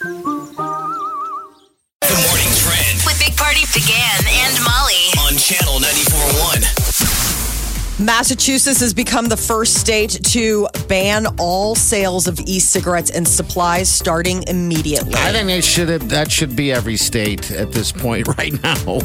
The morning trend With Big Party began and Molly. on channel 94.1. Massachusetts has become the first state to ban all sales of e-cigarettes and supplies starting immediately. I think they should have, that should be every state at this point right now.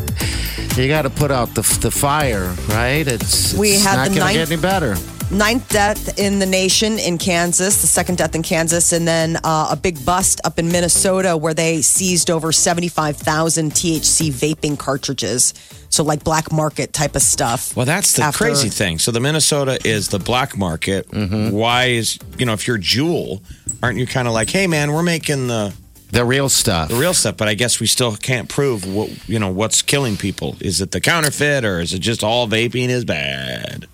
You got to put out the, the fire, right? It's, We it's had not the going to ninth- get any better. Ninth death in the nation in Kansas, the second death in Kansas, and then uh, a big bust up in Minnesota where they seized over 75,000 THC vaping cartridges. So, like black market type of stuff. Well, that's the After- crazy thing. So the Minnesota is the black market. Mm-hmm. Why is you know if you're Jewel, aren't you kind of like, hey man, we're making the The real stuff. the real stuff, but I guess we still can't prove what you know what's killing people. Is it the counterfeit or is it just all vaping is bad?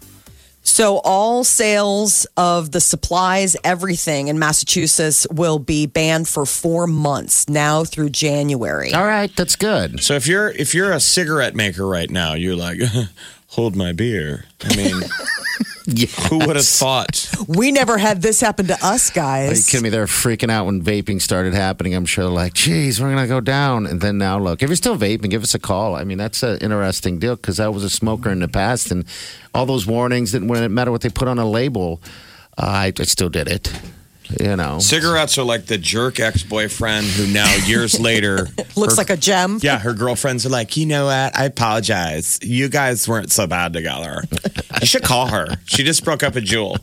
So all sales of the supplies, everything in Massachusetts will be banned for four months now through January. All right, that's good. So if you're if you're a cigarette maker right now, you're like, hold my beer. I mean, who would have thought? We never had this happen to us, Are guys. you kidding me? They're freaking out when vaping started happening. I'm sure they're like, geez, we're going to go down. And then now, look, if you're still vaping, give us a call. I mean, that's an interesting deal because I was a smoker in the past, and all those warnings didn't when it matter what they put on a label. Uh, I, I still did it. You know, Cigarettes are like the jerk ex boyfriend who now years later Looks like a gem. Yeah, her girlfriends are like, you know what? I apologize. You guys weren't so bad together. You should call her. She just broke up with Jewel.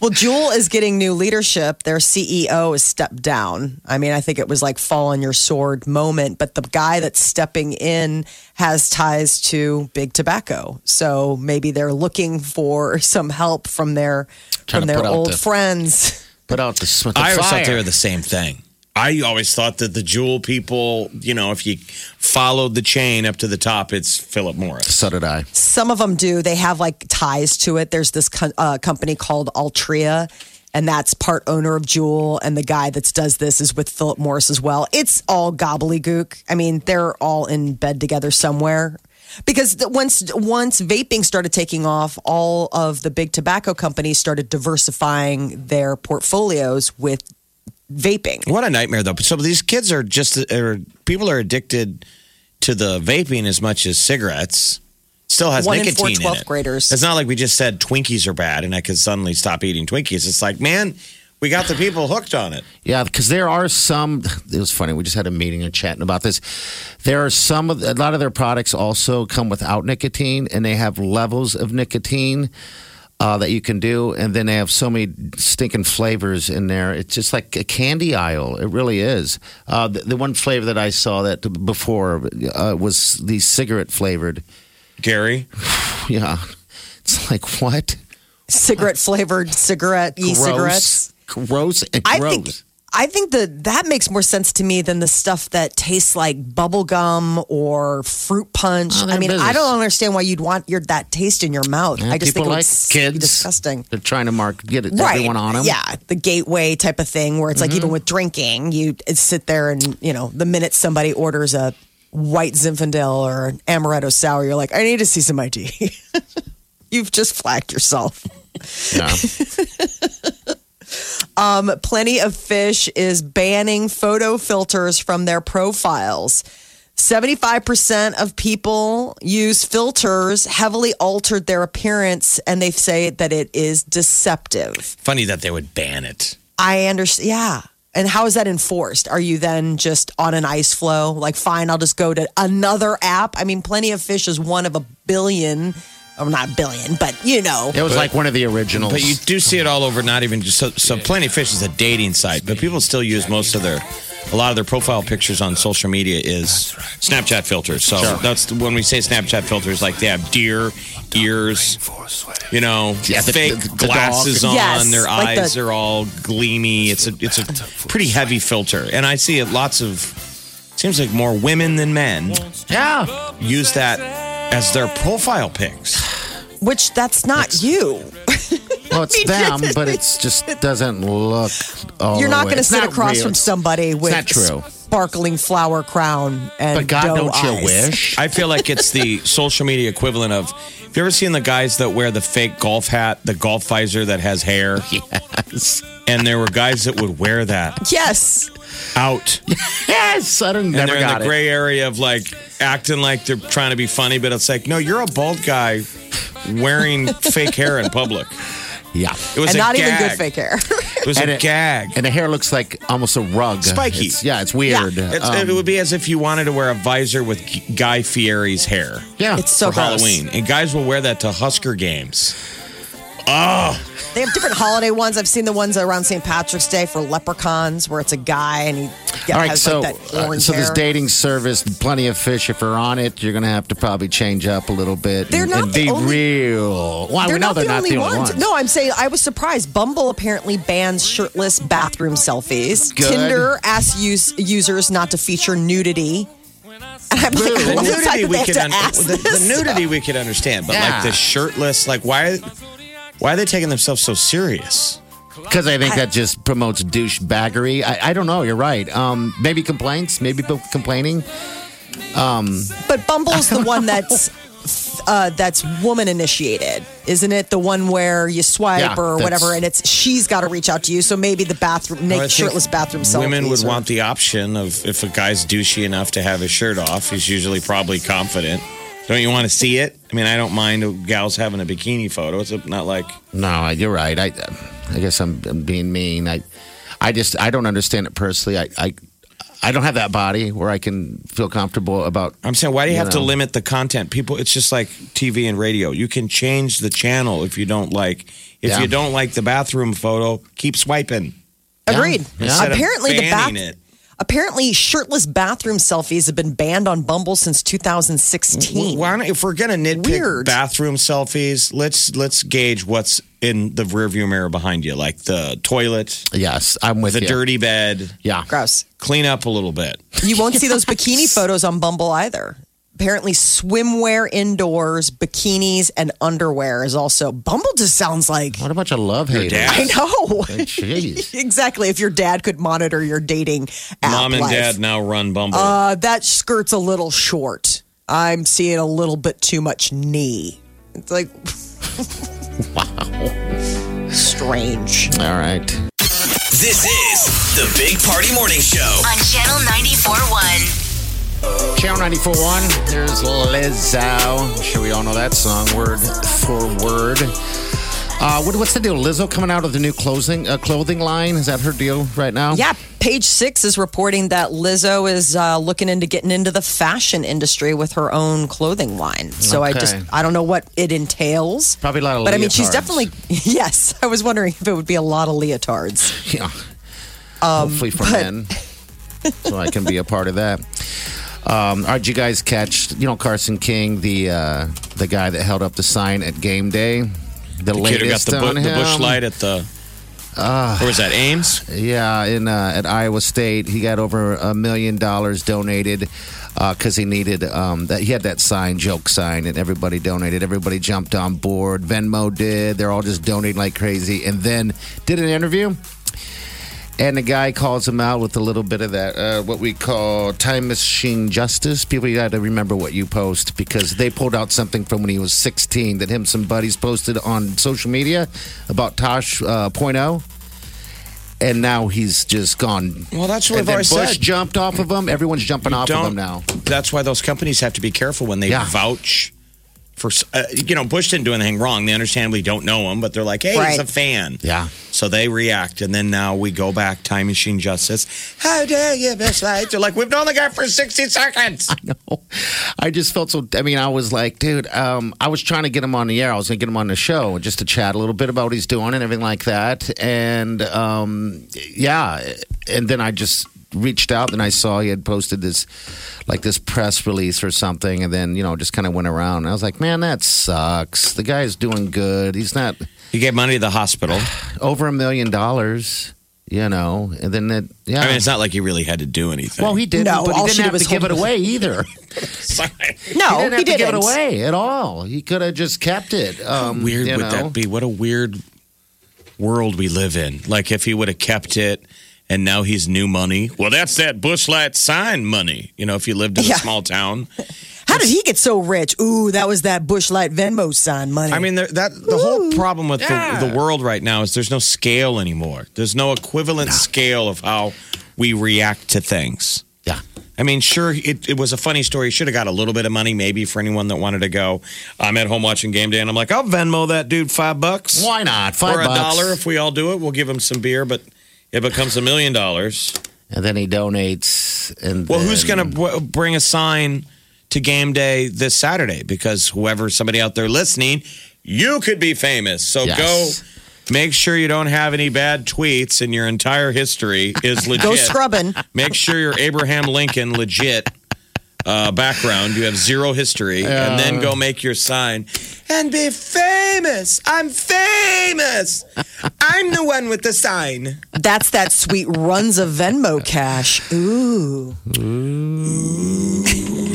Well, Juul is getting new leadership. Their CEO is stepped down. I mean, I think it was like fall on your sword moment, but the guy that's stepping in has ties to big tobacco. So maybe they're looking for some help from their Trying from to their put out old the- friends. put out the, sm- the I always fire. thought they were the same thing. I always thought that the Jewel people, you know, if you followed the chain up to the top, it's Philip Morris. So did I. Some of them do. They have like ties to it. There's this co- uh, company called Altria, and that's part owner of Juul. And the guy that does this is with Philip Morris as well. It's all gobbledygook. I mean, they're all in bed together somewhere. Because the, once once vaping started taking off, all of the big tobacco companies started diversifying their portfolios with vaping. What a nightmare, though. So these kids are just, or people are addicted to the vaping as much as cigarettes. Still has One in four nicotine 12th it. graders. It's not like we just said Twinkies are bad and I could suddenly stop eating Twinkies. It's like, man, we got the people hooked on it. Yeah, because there are some. It was funny. We just had a meeting and chatting about this. There are some of a lot of their products also come without nicotine, and they have levels of nicotine uh, that you can do, and then they have so many stinking flavors in there. It's just like a candy aisle. It really is. Uh, the, the one flavor that I saw that before uh, was the cigarette flavored. Gary. Yeah, it's like what? Cigarette flavored cigarette e cigarettes. Gross, gross, and I gross. think I think that that makes more sense to me than the stuff that tastes like bubble gum or fruit punch. Oh, I they're mean, I business. don't understand why you'd want your that taste in your mouth. Yeah, I just people think like it's kids. disgusting. They're trying to mark get it, Right. everyone on Mm-hmm. them. Yeah, the gateway type of thing where it's like even with drinking, you sit there and, you know, the minute somebody orders a white Zinfandel or an amaretto sour, you're like, I need to see some ID. You've just flagged yourself. Yeah. Plenty of Fish is banning photo filters from their profiles. 75% of people use filters, heavily altered their appearance, and they say that it is deceptive. Funny that they would ban it. I understand. Yeah. And how is that enforced? Are you then just on an ice flow? Like, fine, I'll just go to another app. I mean, Plenty of Fish is one of a billion, or not billion, but you know. It was like one of the originals. But you do see it all over, not even just so, so Plenty of Fish is a dating site, but people still use most of their a lot of their profile pictures on social media is Snapchat filters. So that's when we say Snapchat filters, like they have deer ears, you know, Yeah, the- fake the- the glasses on, dog. Yes, their like eyes the- are all gleamy. It's a it's a pretty heavy filter, and I see it lots of Seems like more women than men Yeah. use that as their profile pics. Which that's not you. Well, it's them, but it's just doesn't look. All You're the not way- going to it's sit not across real. from It's- somebody with not true. sparkling flower crown and But God, doe don't you eyes. wish? I feel like it's the social media equivalent of. Have you ever seen the guys that wear the fake golf hat, the golf visor that has hair? Yes. And there were guys that would wear that Yes. out. Yes. I don't, And never they're in got the it. gray area of like acting like they're trying to be funny, but it's like, no, you're a bald guy wearing fake hair in public. yeah. It was and a not gag. even good fake hair. It was And a it- gag. And the hair looks like almost a rug. Spiky. It's- yeah, it's weird. Yeah. It's, Um, it would be as if you wanted to wear a visor with G- Guy Fieri's hair yeah. it's so for gross. Halloween, and guys will wear that to Husker games. They have different holiday ones. I've seen the ones around St. Patrick's Day for leprechauns, where it's a guy and he All right, has so like uh, that orange so this hair. dating service, plenty of fish. If you're on it, you're gonna have to probably change up a little bit. They're and, not and the be only- real. Well, we They're know not they're the not only the only ones. ones. No, I'm saying I was surprised. Bumble apparently bans shirtless bathroom selfies. Good. Tinder asks use, users not to feature nudity. And I'm like, I The love the fact nudity that they we have could to un- ask the, the this. nudity we could understand, but like Yeah. the shirtless, like why why are they taking themselves so serious? because I think that just promotes douchebaggery. I, I don't know. You're right. Um, maybe complaints. Maybe people complaining. But Bumble's the one that's uh, that's woman initiated, isn't it? The one where you swipe Yeah, or whatever, that's- and it's she's got to reach out to you. So maybe the bathroom, Well, I naked, think shirtless bathroom selfies. Women would are- want the option of if a guy's douchey enough to have his shirt off, he's usually probably confident. Don't you want to see it? I mean, I don't mind gals having a bikini photo. It's not like No, I- you're right. I I guess I'm, I'm being mean. I I just I don't understand it personally. I. I I don't have that body where I can feel comfortable about. I'm saying, why do you, You have to know. limit the content? People, it's just like TV and radio. You can change the channel if you don't like. If Yeah. you don't like the bathroom photo, keep swiping. Agreed. Yeah. Instead of Apparently, the bath. banning it. Apparently, shirtless bathroom selfies have been banned on Bumble since 2016. Why don't, if we're gonna nitpick Weird. bathroom selfies, let's let's gauge what's in the rearview mirror behind you, like the toilet, Yes, I'm with the you. dirty bed. Yeah. Gross. Clean up a little bit. You won't see those bikini photos on Bumble either. Apparently, swimwear indoors, bikinis, and underwear is also. Bumble just sounds like. What a bunch of love haters. dad. I know. Jeez. exactly. If your dad could monitor your dating app Mom and life. dad now run Bumble. Uh, that skirt's a little short. I'm seeing a little bit too much knee. It's like Wow. strange. All right. This is the Big Party Morning Show. on Channel 94.1. Channel 94.1, there's Lizzo. I'm sure we all know that song, word for word. Uh, what, what's the deal? Lizzo coming out of the new clothing uh, clothing line? Is that her deal right now? Yeah, page six is reporting that Lizzo is uh, looking into getting into the fashion industry with her own clothing line. So I just Okay. I don't know what it entails. Probably a lot of But I mean, she's leotards. definitely yes. I was wondering if it would be a lot of leotards. Yeah. um, Hopefully for men. so I can be a part of that. Um, all right, you guys catch, you know, Carson King, the uh, the guy that held up the sign at game day? The, the kid who got latest the, bu- on the bush him? Ah. light at the. where was that? Ames. Yeah, in uh, at Iowa State, he got over a million dollars donated because uh, he needed um, that. He had that sign, joke sign, and everybody donated. Everybody jumped on board. Venmo did. They're all just donating like crazy, and then did an interview. And the guy calls him out with a little bit of that, uh, what we call time machine justice. People, you got to remember what you post because they pulled out something from when he was 16 that him and some buddies posted on social media about Tosh uh, point oh and now he's just gone. Well, that's and what I've then always Bush said. jumped off of him. Everyone's jumping off of him now. That's why those companies have to be careful when they Yeah. vouch for. s- Uh, you know, Bush didn't do anything wrong. They understandably don't know him, but they're like, "Hey, he's Right. a fan." Yeah. So they react, and then now we go back. Time machine justice. How dare you, Miss Light? They're like, "We've known the guy for sixty seconds." No, I just felt so. I mean, I was like, dude, um, I was trying to get him on the air. I was going to get him on the show just to chat a little bit about what he's doing and everything like that. And um, yeah, and then I just reached out and I saw he had posted this, like this press release or something. And then you know, just kind of went around. And I was like, man, that sucks. The guy's doing good. He's not He gave money to the hospital. over a million dollars. You know, and then it, yeah. I mean, it's not like he really had to do anything. well, he didn't, No, but he all didn't she have was to give it holding- away either. No, he didn't have to give it away at all. He could have just kept it. Um, weird you would know. that be? What a weird world we live in. Like if he would have kept it and now he's new money. Well, that's that bushlight sign money. You know, if you lived in a Yeah. small town. How did he get so rich? Ooh, that was that Bushlight Venmo sign money. I mean, there, that the whole problem with the, the world right now is there's no scale anymore. There's no equivalent scale of how we react to things. Yeah. I mean, sure, it, it was a funny story. Should have got a little bit of money, maybe, for anyone that wanted to go. I'm at home watching game day, and I'm like, I'll Venmo that dude five bucks Why not? Five or a bucks. dollar. If we all do it, we'll give him some beer, but it becomes a million dollars. and then he donates. And Well, who's then- going to w- bring a sign to game day this Saturday? Because whoever, somebody out there listening, you could be famous. So Yes. go make sure you don't have any bad tweets and your entire history is legit. go scrubbing. Make sure your Abraham Lincoln legit uh, background. You have zero history, and then go make your sign and be famous. I'm famous. I'm the one with the sign. That's that sweet runs of Venmo cash. Ooh.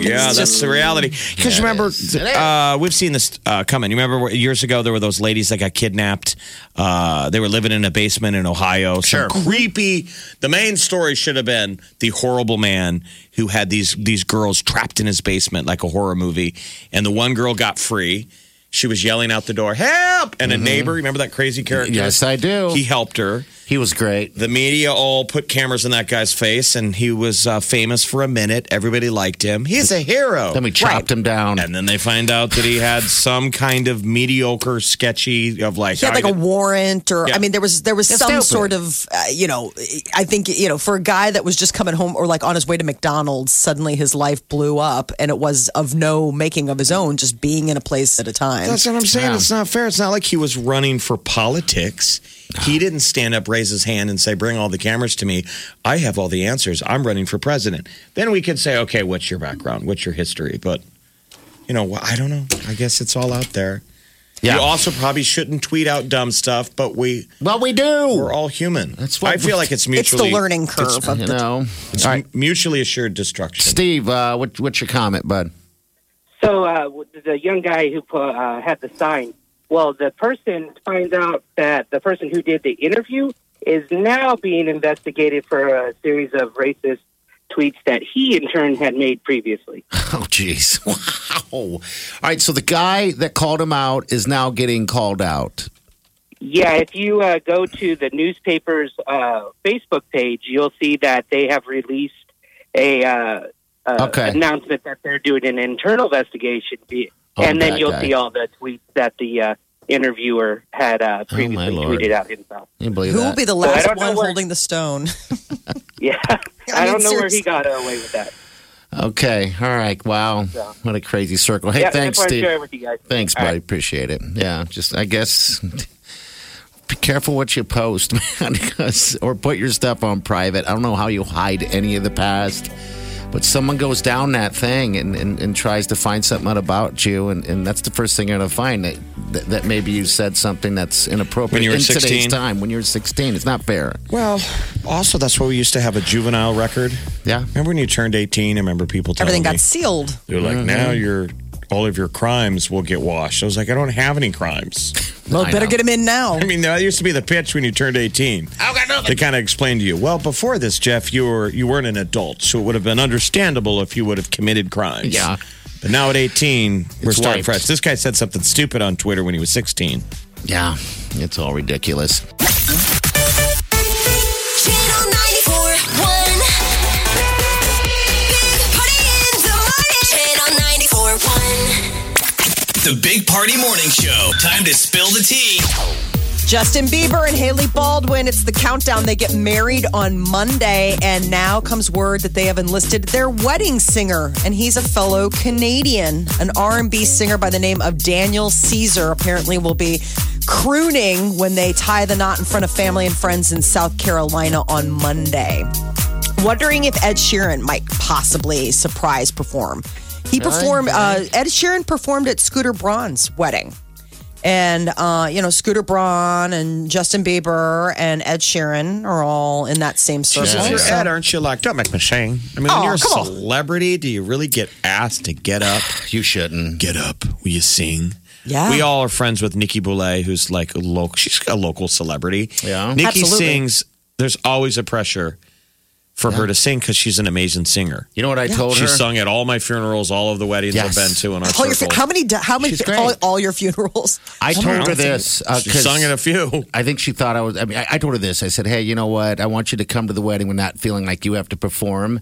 Yeah, that's the reality. Because remember, uh, we've seen this uh, coming. You remember where- years ago there were those ladies that got kidnapped. Uh, they were living in a basement in Ohio. Some Sure. creepy. The main story should have been the horrible man who had these these girls trapped in his basement like a horror movie, and the one girl got free. She was yelling out the door, "Help!" And a neighbor. Remember that crazy character? Mm-hmm. Yes, I do. He helped her He was great. the media all put cameras in that guy's face, and he was uh, famous for a minute. Everybody liked him. He's a hero. Then we chopped him down. and then they find out that he had some kind of mediocre, sketchy of like. He had how like a he did- warrant, or Yeah. I mean, there was there was That's some stupid. sort of uh, you know, I think you know, for a guy that was just coming home or like on his way to McDonald's, suddenly his life blew up, and it was of no making of his own, just being in a place at a time. That's what I'm saying. Yeah. It's not fair. It's not like he was running for politics. He didn't stand up, raise his hand, and say, "Bring all the cameras to me. I have all the answers. I'm running for president." Then we could say, "Okay, what's your background? What's your history?" But you know, I don't know. I guess it's all out there. yeah. You also probably shouldn't tweet out dumb stuff, but we well, we do. we're all human. That's what- why I feel like it's it's the mutually learning curve of you the know. It's All right, mutually assured destruction. Steve. Uh, what, what's your comment, bud? So uh, the young guy who put, uh, had the sign, well, the person finds out that the person who did the interview is now being investigated for a series of racist tweets that he in turn had made previously. Oh, jeez. Wow. All right. So the guy that called him out is now getting called out. Yeah, if you uh, go to the newspaper's uh, Facebook page, you'll see that they have released a uh, uh, Okay. announcement that they're doing an internal investigation, be- Oh, and then that you'll guy. see all the tweets that the uh, interviewer had uh, Oh, my previously Lord. tweeted out himself. Can you believe Who that? will be the Well, I last don't know one where- holding the stone? Yeah, I I, mean, don't know where seriously. he got away with that. okay. All right. Wow. What a crazy circle. Hey, yeah, thanks, that's why I Steve. share it with you guys. Thanks, All buddy. right. Appreciate it. Yeah, just I guess be careful what you post, man, because or put your stuff on private. I don't know how you hide any of the past, but someone goes down that thing and, and, and tries to find something out about you, and, and that's the first thing you're gonna find that, that that maybe you said something that's inappropriate When you were in 16? today's time. When you're 16, it's not fair. Well, also that's why we used to have a juvenile record. Yeah. Remember when you turned 18? I remember people telling Everything me got sealed. they're like, "Now your all of your crimes will get washed." I was like, "I don't have any crimes." Well, I better know. get him in now. I mean, that used to be the pitch when you turned 18. They kind of explained to you, well, before this, Jeff, you were you weren't an adult, so it would have been understandable if you would have committed crimes. Yeah. But now at 18, we're It's starting wiped. fresh. This guy said something stupid on Twitter when he was 16. Yeah, it's all ridiculous. Channel 941. Big Party in the morning. Channel 941. The Big Party Morning Show. Time to spill the tea. Justin Bieber and Haley Baldwin. It's the countdown. They get married on Monday, and now comes word that they have enlisted their wedding singer, and he's a fellow Canadian, an R&B singer by the name of Daniel Caesar. Apparently, will be crooning when they tie the knot in front of family and friends in South Carolina on Monday wondering if Ed Sheeran might possibly surprise perform. He performed. Uh, Ed Sheeran performed at Scooter Braun's wedding, And, uh, you know, Scooter Braun and Justin Bieber and Ed Sheeran are all in that same circle. If you're So- Ed, aren't you locked up? Make me shame. I mean, when Oh, you're a come on. celebrity, do you really get asked to get up? You shouldn't. Get up. Will you sing? Yeah. We all are friends with Nikki Boulay, who's like a local. She's a local celebrity. Yeah. Nikki Absolutely. sings. There's always a pressure for her to sing because she's an amazing singer. You know what I told her? She sung at all my funerals, all of the weddings Yes. I've been to in our all your, circle. how many, how many, She's great. all, all your funerals? I told her don't think- this. uh, she 'cause sung at a few. I think she thought I was. I mean, I, I told her this. I said, "Hey, you know what? I want you to come to the wedding with not feeling like you have to perform."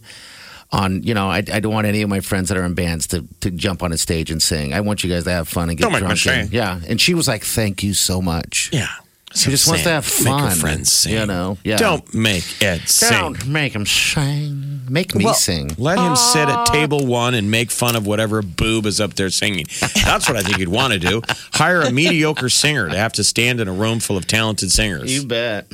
On, you know, I, I don't want any of my friends that are in bands to, to jump on a stage and sing. I want you guys to have fun and get Don't make drunk. me and- sing. yeah, and she was like, "Thank you so much." Yeah. she just wants to have fun. Make her friends sing. You know, yeah. Don't make Ed sing. Don't make him sing. Make me Well- sing. Let him sit at table one and make fun of whatever boob is up there singing. That's what I think you'd want to do. Hire a mediocre singer to have to stand in a room full of talented singers. bet.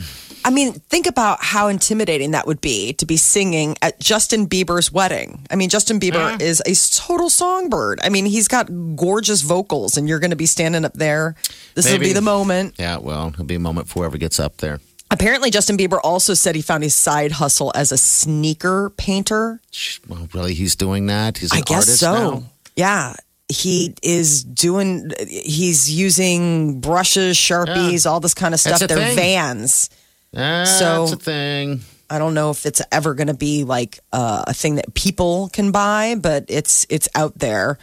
I mean, think about how intimidating that would be to be singing at Justin Bieber's wedding. I mean, Justin Bieber Mm. is a total songbird. I mean, he's got gorgeous vocals, and you're going to be standing up there. This will Maybe. be the moment. Yeah, well, it'll be a moment for whoever gets up there. Apparently, Justin Bieber also said he found his side hustle as a sneaker painter. Well, really, he's doing that. He's an I guess artist so. now. Ah, Yeah. He is doing, he's using brushes, sharpies, all this kind of stuff. That's a They're thing. vans. That's So- a thing. I don't know if it's ever going to be like uh, a thing that people can buy, but it's it's out there.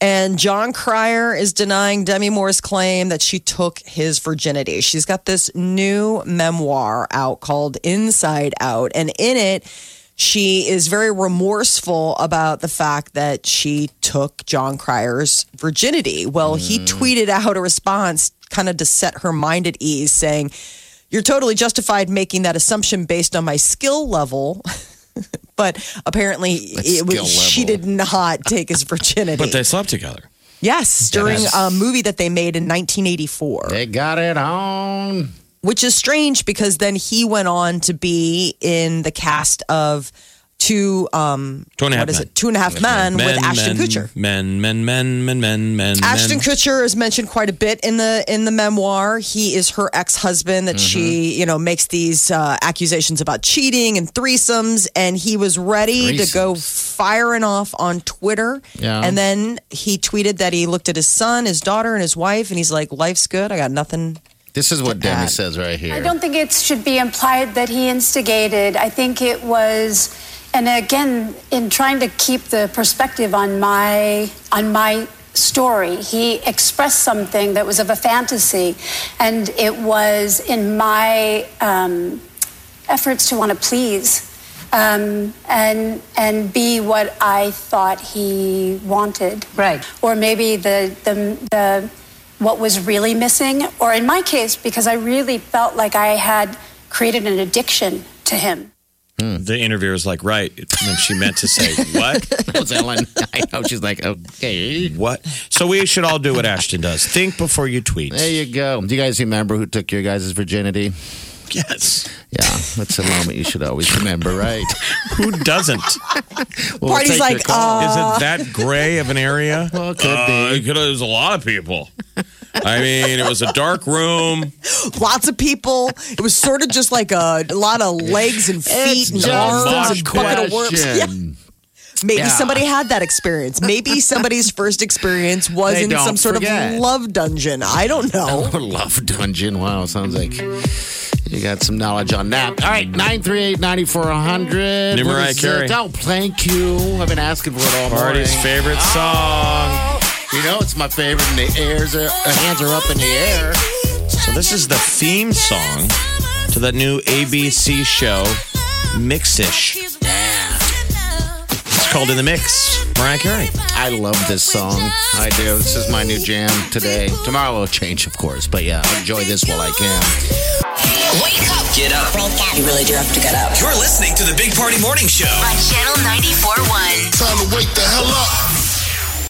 And John Cryer is denying Demi Moore's claim that she took his virginity. She's got this new memoir out called Inside Out, and in it, she is very remorseful about the fact that she took John Cryer's virginity. Well, he tweeted out a response kind of to set her mind at ease, saying, you're totally justified making that assumption based on my skill level. but apparently, it was, skill she level. did not take his virginity. But they slept together. yes, during Yes. a movie that they made in 1984, They got it on. which is strange because then he went on to be in the cast of two, um, Two and a half what is men. it? Two and a half men, with Ashton men, Kutcher. Men, men, men, men, men, men. Ashton men. Kutcher is mentioned quite a bit in the in the memoir. He is her ex husband that Mm-hmm. she, you know, makes these uh, accusations about cheating and threesomes, and he was ready to go firing off on Twitter. Yeah. And then he tweeted that he looked at his son, his daughter, and his wife, and he's like, "Life's good. I got nothing." This is what Demi add. says right here. I don't think it should be implied that he instigated. I think it was, and again, in trying to keep the perspective on my on my story, he expressed something that was of a fantasy, and it was in my um, efforts to want to please. Um, and and be what I thought he wanted, Right. Or maybe the the, the what was really missing, or in my case, because I really felt like I had created an addiction to him. The interviewer's like, right. And she meant to say, what? That was Ellen. I know. She's like, okay. What? So we should all do what Ashton does. Think before you tweet. There you go. Do you guys remember who took your guys' virginity? Yes. Yeah, that's a moment you should always remember, right? Who doesn't? Well, Party's take your like, uh, call. Is it that gray of an area? Well, it could Uh, be. it could- there's a lot of people. I mean, it was a dark room. Lots of people. It was sort of just like a, a lot of legs and feet and just arms a and bucket of worms. Yeah. question. Maybe Yeah. somebody had that experience. Maybe somebody's first experience was They in don't some sort forget. of love dungeon. I don't know. Oh, love dungeon. Wow, sounds like you got some knowledge on that. All right, 938 9400. New Mariah Carey. Oh, thank you. I've been asking for it all morning. Party's favorite song. You know, it's my favorite, and the, airs are, the hands are up in the air. So this is the theme song to that new ABC show, Mixish. It's called In the Mix. Mariah Carey. I love this song. I do. This is my new jam today. Tomorrow will change, of course, but yeah, I enjoy this while I can. Wake up. Get up. You really do have to get up. You're listening to the Big Party Morning Show. On Channel 94.1. Time to wake the hell up.